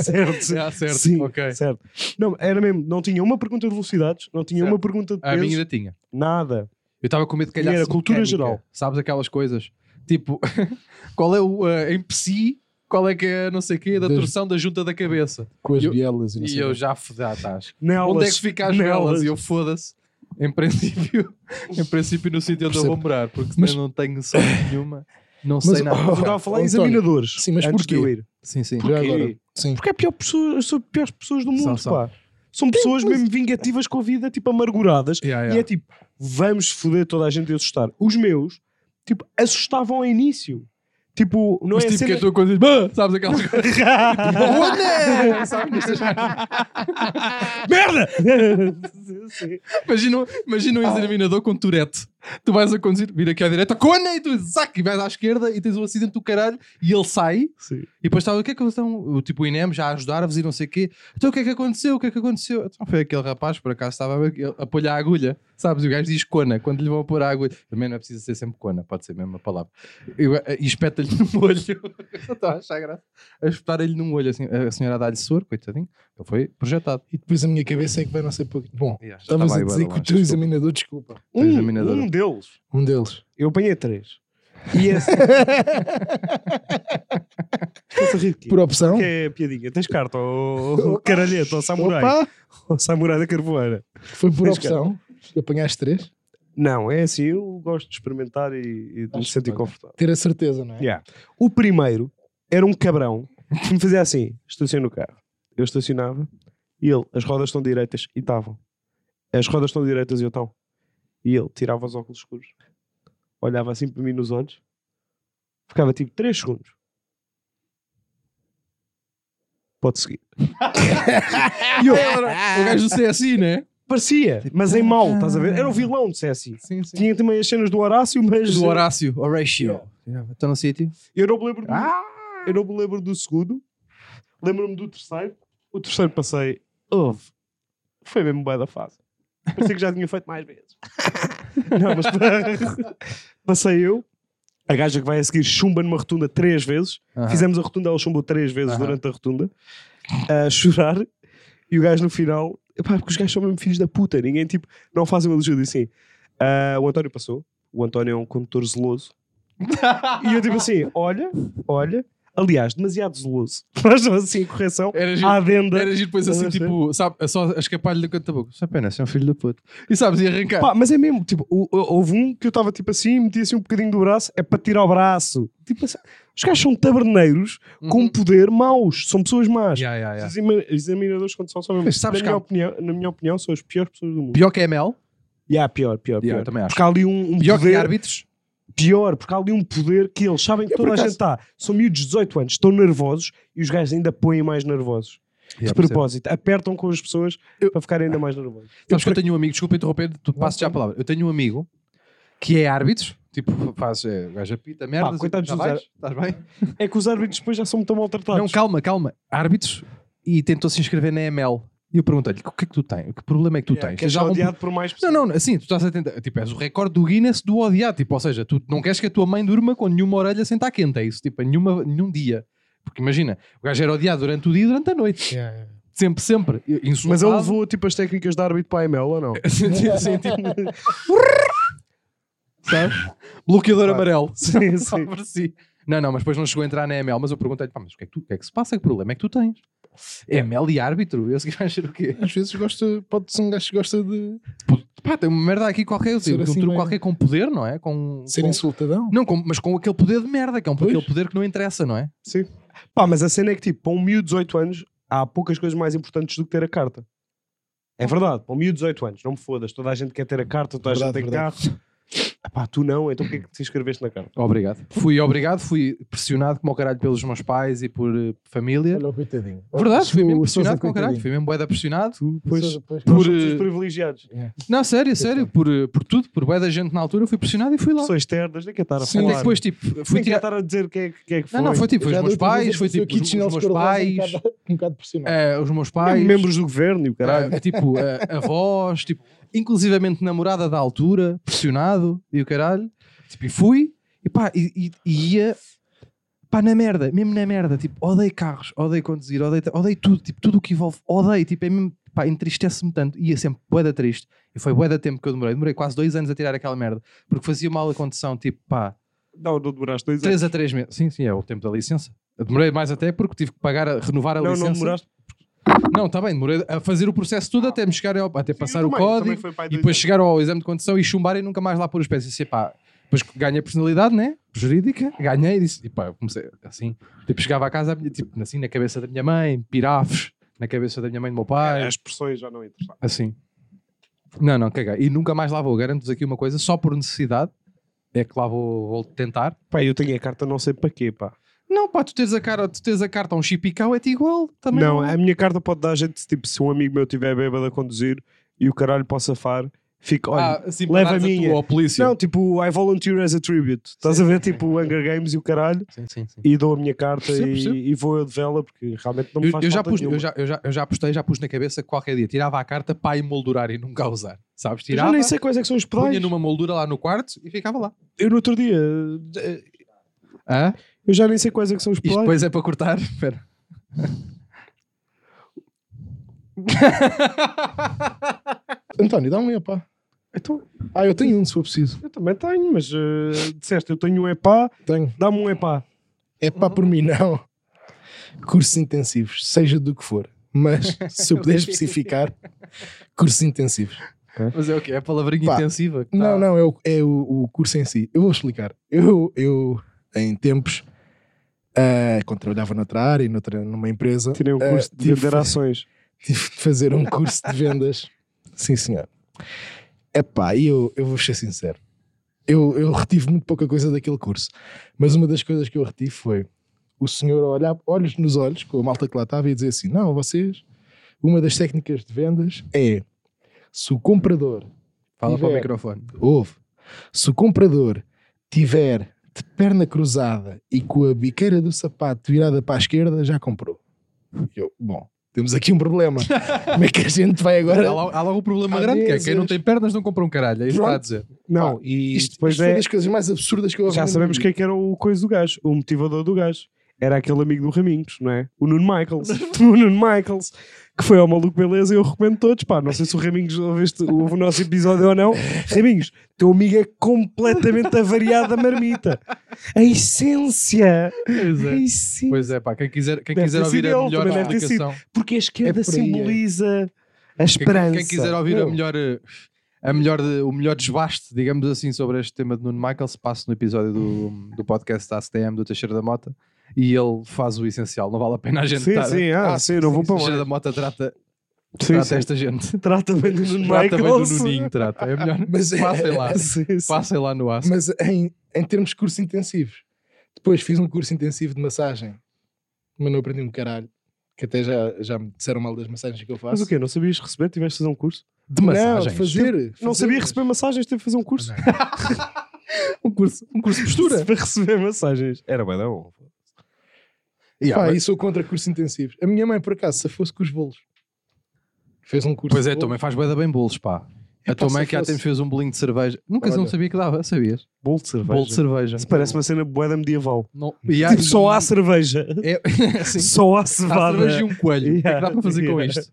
certo, sim. Ah, certo, Sim, ok. certo. Não, era mesmo. Não tinha uma pergunta de velocidades, não tinha Certo. Ah, uma pergunta de A minha peso, ainda tinha. nada. Eu estava com medo de E calhar. era se cultura mecânica, geral. Sabes aquelas coisas? Tipo, qual é o. eh, em psi, qual é que é não sei o quê da Das- torção da junta da cabeça? Com as eu- bielas e não E sei eu o quê. já foda, ah, estás. Nelas, Onde é que fica as velas? E eu foda-se. Em princípio, em princípio, no sítio onde eu vou Percebo. morar, porque Mas- eu não tenho sorte nenhuma, não Mas- sei nada. Oh, Eu estava a falar em António, examinadores. sim, mas antes porquê? de eu ir. Sim, sim. Já Porquê? agora. Sim. Porque é a pior pessoa, são as piores pessoas do mundo, São, são. pá. São pessoas mesmo vingativas com a vida, tipo, amarguradas. Yeah, E Ah, yeah. é tipo, vamos foder toda a gente e assustar. Os meus, tipo, assustavam ao início. Tipo, não Mas é tipo que cena... a tua coisa diz, "Bah", sabes aquelas coisas? Olha! Merda! Imagina, um- imagina um examinador com Tourette. Tu vais a conduzir, vira aqui à direita, cone e tu zac, e vais à esquerda e tens um acidente do caralho e ele sai. Sim. E depois está o que é que estão, o tipo o INEM já a ajudar-vos e não sei o quê. Então o que é que aconteceu? O que é que aconteceu? Então, foi aquele rapaz, por acaso estava a- ele a pôr a agulha, sabes? E o gajo diz cona, quando lhe vão pôr a agulha. Também não é preciso ser sempre cona, pode ser mesmo a palavra. E, e espeta-lhe no olho. Eu Estou a achar graça. A espetar-lhe num olho, assim, a senhora dá-lhe soro, coitadinho. Ele foi projetado. E depois a minha cabeça é que vai não sei pouco. Bom, Yeah, já tá estavas estava a aí, dizer bué que o longe, teu desculpa. examinador, desculpa. Tens examinador. um deles Um deles. Eu apanhei três. E esse. Estás a rir de quê? Por opção. Que é piadinha. Tens carta ao caralhete, ao samurai. Opa! Ao samurai da carvoeira. Foi por Tens cara. opção. Apanhaste três. Não, é assim. Eu gosto de experimentar e, e de me Acho sentir que- confortável. Ter a certeza, não é? Yeah. O primeiro era um cabrão que me fazia assim: estaciona o carro. Eu estacionava e ele, as rodas estão direitas e estavam. As rodas estão direitas e eu estão. E ele tirava os óculos escuros, olhava assim para mim nos olhos, ficava tipo 3 segundos. Pode seguir. e eu, O gajo do CSI, né? parecia, mas em mal, estás a ver? Era o vilão do CSI. Sim, sim. Tinha também as cenas do Horácio, mas. Do Horácio, Horatio. Estou Tá no sítio. Eu não me lembro do, eu não me lembro do segundo. Lembro-me do terceiro. O terceiro passei. Houve. Foi mesmo bué da fase. Pensei que já tinha feito mais vezes. não, mas passei eu. A gaja que vai a seguir chumba numa rotunda três vezes. Aham. Fizemos a rotunda, ela chumbou três vezes Aham. durante a rotunda. A chorar. E o gajo no final. Epá, porque os gajos são mesmo filhos da puta. Ninguém, tipo, não fazem uma elogio. Disse assim: "Ah, o António passou. O António é um condutor zeloso. E eu digo assim: tipo olha, olha. Aliás, demasiado zeloso. Faz-me assim a correção Era giro- à venda. Era giro depois assim, Não sei. tipo, sabe, só a escapar-lhe do canto da boca. Isso é pena, você é um filho da puta. E sabes, e arrancar. Pá, mas é mesmo, tipo, o- o- houve um que eu estava tipo assim, meti assim um bocadinho do braço, é para tirar o braço. Tipo assim, os gajos são taberneiros Uhum. com poder maus, são pessoas más. Ya, ya, ya. Os exami- examinadores, quando são, são mesmo. Mas sabes na, que minha há- opinião, na minha opinião, são as piores pessoas do mundo. Pior que ML, Yeah, pior, pior, Yeah, pior. eu também acho. Porque há ali um, um pior que poder árbitros. pior, porque há ali um poder que eles sabem que Eu, por toda a acaso- gente está. São miúdos de 18 anos, estão nervosos e os gajos ainda põem mais nervosos. Yeah, de propósito, apertam com as pessoas Eu- para ficarem ainda mais nervosos. Sabes que eu tenho um amigo, desculpa interromper, tu passo já a palavra. Eu tenho um amigo que é árbitro, tipo, faz é, gajo apita, merda. coitados dos ar- Estás bem? É que os árbitros depois já são muito maltratados. Não, calma, calma. Árbitros e tentou se inscrever na ML. E eu perguntei-lhe, o que é que tu tens? Que problema é que tu Yeah, tens? que é Tens algum odiado por mais pessoas. Não, não, assim, tu estás a tentar. Tipo, és o recorde do Guinness do odiar. Tipo, ou seja, tu não queres que a tua mãe durma com nenhuma orelha sem estar quente, é isso? Tipo, em nenhuma, nenhum dia. Porque imagina, o gajo era odiado durante o dia e durante a noite. Sempre, sempre. E- Insultado. é Mas ele levou tipo as técnicas de árbitro para a ML ou não? Sim, sim, tipo. Sabe? Bloqueador amarelo. sim, sim. Sobre si. Não, não, mas depois não chegou a entrar na ML, mas eu perguntei-lhe, pá, mas o que é que, tu, o que é que se passa? Que problema é que tu tens? É. ML e árbitro? Eu sei que vai ser o quê? Às vezes gosta, pode ser um gajo que gosta de Pá, tem uma merda aqui qualquer, eu Ser digo, um assim truque meio- qualquer com poder, não é? Com, ser com- insultadão. Não, com- mas com aquele poder de merda, que é um Pois. aquele poder que não interessa, não é? Sim. Pá, mas a cena é que, tipo, para um miúdo de 18 anos, há poucas coisas mais importantes do que ter a carta. É verdade, para um miúdo de 18 anos, não me fodas, toda a gente quer ter a carta, toda a Verdade, gente tem carro. Pá, tu não, então porquê é que te inscreveste na carta? Obrigado. Fui obrigado, fui pressionado como ao caralho pelos meus pais e por eh, família. Olha o coitadinho. Verdade, fui mesmo O pressionado Sousa, como ao caralho. Fui coitadinho. mesmo boeda pressionado. Tu, O pois, Sousa, pois. por, por, eh, privilegiados. Não, sério, sério, por, eh, por tudo, por boeda gente na altura, fui pressionado e fui lá. Pessoas terdas, nem quer estar Sim, a Até falar. que depois, tipo, fui nem quer tirar... estar a dizer quem é, que- quem é que foi. Não, não, foi tipo, foi Já os meus dou outra vez pais, a foi pessoa tipo, aqui de os, os chinelos meus cor-de-rosa pais, Um bocado, um bocado pressionado. eh, os meus Mesmo pais, Membros do governo e o caralho. eh, tipo, eh, avós, tipo, inclusivamente namorada da altura, pressionado e o caralho. Tipo, e fui, e pá, e, e- e ia, pá, na merda, mesmo na merda, tipo, odeio carros, odeio conduzir, odeio, ta- odeio tudo, tipo, tudo o que envolve, odeio, tipo, é mesmo, pá, entristece-me tanto, ia sempre boeda triste. E foi boeda tempo que eu demorei, demorei quase dois anos a tirar aquela merda, porque fazia mal a condução, tipo, pá, Não, não demoraste dois anos. 3 a 3 meses. Sim, sim, é o tempo da licença. Eu demorei mais até porque tive que pagar, a, renovar a Não, licença. não demoraste. Não, está bem, demorei a fazer o processo todo até me chegar ao, até passar Eu o também, eu também código fui para aí e dois depois anos. chegar ao exame de condição e chumbar e nunca mais lá pôr os pés. E disse, pá, depois ganhei personalidade, né? Jurídica, ganhei e disse, e pá, eu comecei assim. Tipo, chegava a casa, a minha- tipo, assim, na cabeça da minha mãe, pirafes, na cabeça da minha mãe e do meu pai, As pressões já não interessavam. assim. Não, não, caguei. E nunca mais lá vou. Garanto-vos aqui uma coisa, só por necessidade é que lá vou, vou tentar. Pá, eu tenho a carta não sei para quê, pá. Não, pá, tu teres a, cara, tu teres a carta a um chipicão é-te igual. Também não, é, não, é. a minha carta pode dar gente, tipo, se um amigo meu tiver bêbado a conduzir e o caralho possa safar, fico, olha... Ah, assim, leva parares a minha. tua, ao polícia. não, tipo, I volunteer as a tribute. Estás a ver, tipo, o Hunger Games e o caralho, Sim, sim, sim. e dou a minha carta Percebo, percebo. e, e vou eu de vela, porque realmente não me Eu, faz eu já falta pus, eu, nenhuma. já, eu, já, eu já apostei, já pus na cabeça que qualquer dia tirava a carta para emoldurar e nunca a usar. Sabes? Eu Tirava, nem sei quais é que são os pedais. punha numa moldura lá no quarto e ficava lá. Eu no outro dia... eh, Ah, Eu já nem sei quais é que são os isto pedais. depois é para cortar? Espera. António, dá um epá. Então, Ah, eu tenho um se for preciso. eu também tenho, mas eh, disseste, eu tenho um epá, Tenho. dá-me um epá. Epá por mim, não. Cursos intensivos, seja do que for. Mas se eu puder especificar, cursos intensivos. Mas é o quê? É a palavrinha Pá, intensiva. que tá- Não, não, é, o, é o, o curso em si. Eu vou explicar. Eu, eu em tempos, ah, quando trabalhava noutra área, noutra, numa empresa, Tirei um ah, curso de tive- vender ações. tive de fazer um curso de vendas. Sim, senhor. Epá, e eu, eu vou ser sincero. Eu, eu retive muito pouca coisa daquele curso. Mas uma das coisas que eu retive foi o senhor a olhar olhos nos olhos com a malta que lá estava e dizer assim: não, vocês, uma das técnicas de vendas é se o comprador Fala para o tiver- microfone. Ouve. Se o comprador tiver de perna cruzada e com a biqueira do sapato virada para a esquerda, já comprou. Eu, bom, temos aqui um problema. Como é que a gente vai Há agora? lá, há lá um problema Às grande que é vezes- quem não tem pernas não compra um caralho. É isso que está a Pronto. dizer. Não, e Isto, depois isto foi é... das coisas mais absurdas que eu ouvi. Já na sabemos minha quem é que era o coisa do gajo, o motivador do gajo. era aquele amigo do Raminhos, não é? O Nuno Michaels. o Nuno Michaels, que foi ao Maluco Beleza e eu recomendo todos. Pá, não sei se o Raminhos ouviste- ouve o nosso episódio ou não. Raminhos, teu amigo é completamente avariado da marmita. A essência. Pois A é. essência. Pois é, pá, quem quiser, quem Deve quiser ter ouvir sido a ele, melhor também deve ter sido. explicação, Porque a esquerda É por aí, é. simboliza a quem, quem esperança. quiser ouvir a Meu, melhor, eh, a melhor, de- o melhor desbaste, digamos assim, sobre este tema de Nuno Michael, se passa no episódio do, do podcast da ACTM do Teixeira da Mota e ele faz o essencial. Não vale a pena a gente Sim, estar- sim, ah, sim, não vou para Teixeira da lá. Mota trata, Sim, trata sim. esta gente. Trata bem do Nuno Trata bem do Michaels. Nuninho, trata. É melhor. Mas é- Passem lá. Sim, sim. Passem lá no aço. Mas em, em termos de cursos intensivos, depois fiz um curso intensivo de massagem, mas não aprendi um caralho. Que até já, já me disseram mal das massagens que eu Mas faço. o quê? Não sabias receber? Tiveste de fazer um curso? De Não, massagens. fazer. Não fazer. sabia receber massagens, teve de fazer um curso. um, curso, um curso de postura. Para receber massagens. Era bem da bom. Pá, Yeah, e sou contra cursos intensivos. A minha mãe, por acaso, se fosse com os bolos. Fez um curso. Pois é, de tua mãe bolos. faz bué bem bolos, pá. É a tua pá, mãe se que há fosse- tempo fez um bolinho de cerveja. Nunca Olha. não sabia que dava, sabias? Bolo de cerveja. Bolo de cerveja. Isso parece uma cena boeda medieval. Não- e há- Tipo, só há cerveja. É, assim, Só há há cevada. cerveja e um coelho. o que é que dá Yeah, para fazer com yeah. isto?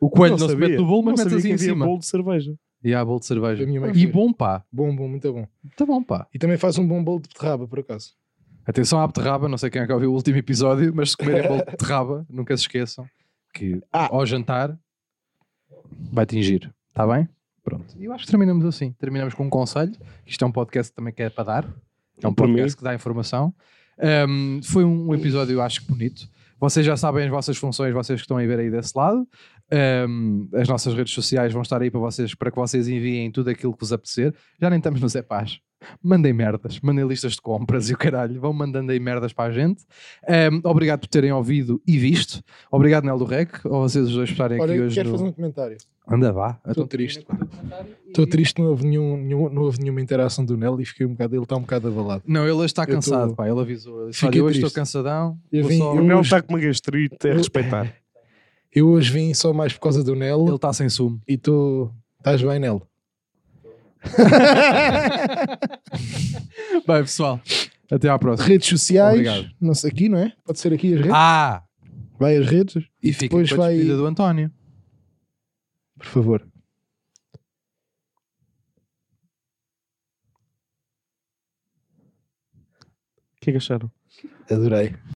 O coelho Não não, se sabia. mete no bolo, Não mas mete sabia assim que em havia cima. bolo de cerveja. E há bolo de cerveja. A minha mãe E fez. bom, pá. Bom, bom, muito bom. é Tá bom, pá. E também faz um bom bolo de beterraba, por acaso. Atenção à beterraba, não sei quem é que ouviu o último episódio, mas se comerem bolo de beterraba, nunca se esqueçam que ao jantar vai atingir, está bem? Pronto. E eu acho que terminamos assim. Terminamos com um conselho, que isto é um podcast também que é para dar, é um Por mim. podcast que dá informação. Um, foi um episódio, eu acho que bonito. Vocês já sabem as vossas funções, vocês que estão a ver aí desse lado. Um, as nossas redes sociais vão estar aí para, vocês, para que vocês enviem tudo aquilo que vos apetecer. Já nem estamos nos EPAs mandem merdas, mandem listas de compras e o caralho, vão mandando aí merdas para a gente. Ahm, obrigado por terem ouvido e visto. Obrigado, Nel do Rec, a vocês os dois por estarem aqui Olha, hoje. quero No... fazer um comentário. Anda vá. Estou Então, triste. Estou triste, não houve, nenhum, nenhum- não houve nenhuma interação do Nel e fiquei um bocado. Ele está um bocado abalado. Não, ele hoje está Eu tô- cansado, pá, ele avisou. Ele disse, Fiquei Olha, hoje triste. estou cansadão. Eu vou vim- só- eu- O Nel está com uma gastrite, é respeitar. Eu hoje vim só mais por causa do Nel Ele está sem sumo. e estou. Estás bem, Nel? Bem, pessoal, até à próxima. Redes sociais. Obrigado. Não sei, aqui, não é? Pode ser aqui as redes. Ah! Vai às redes, E, fica depois com a vai- despedida do António. por favor. O que é que acharam? Adorei.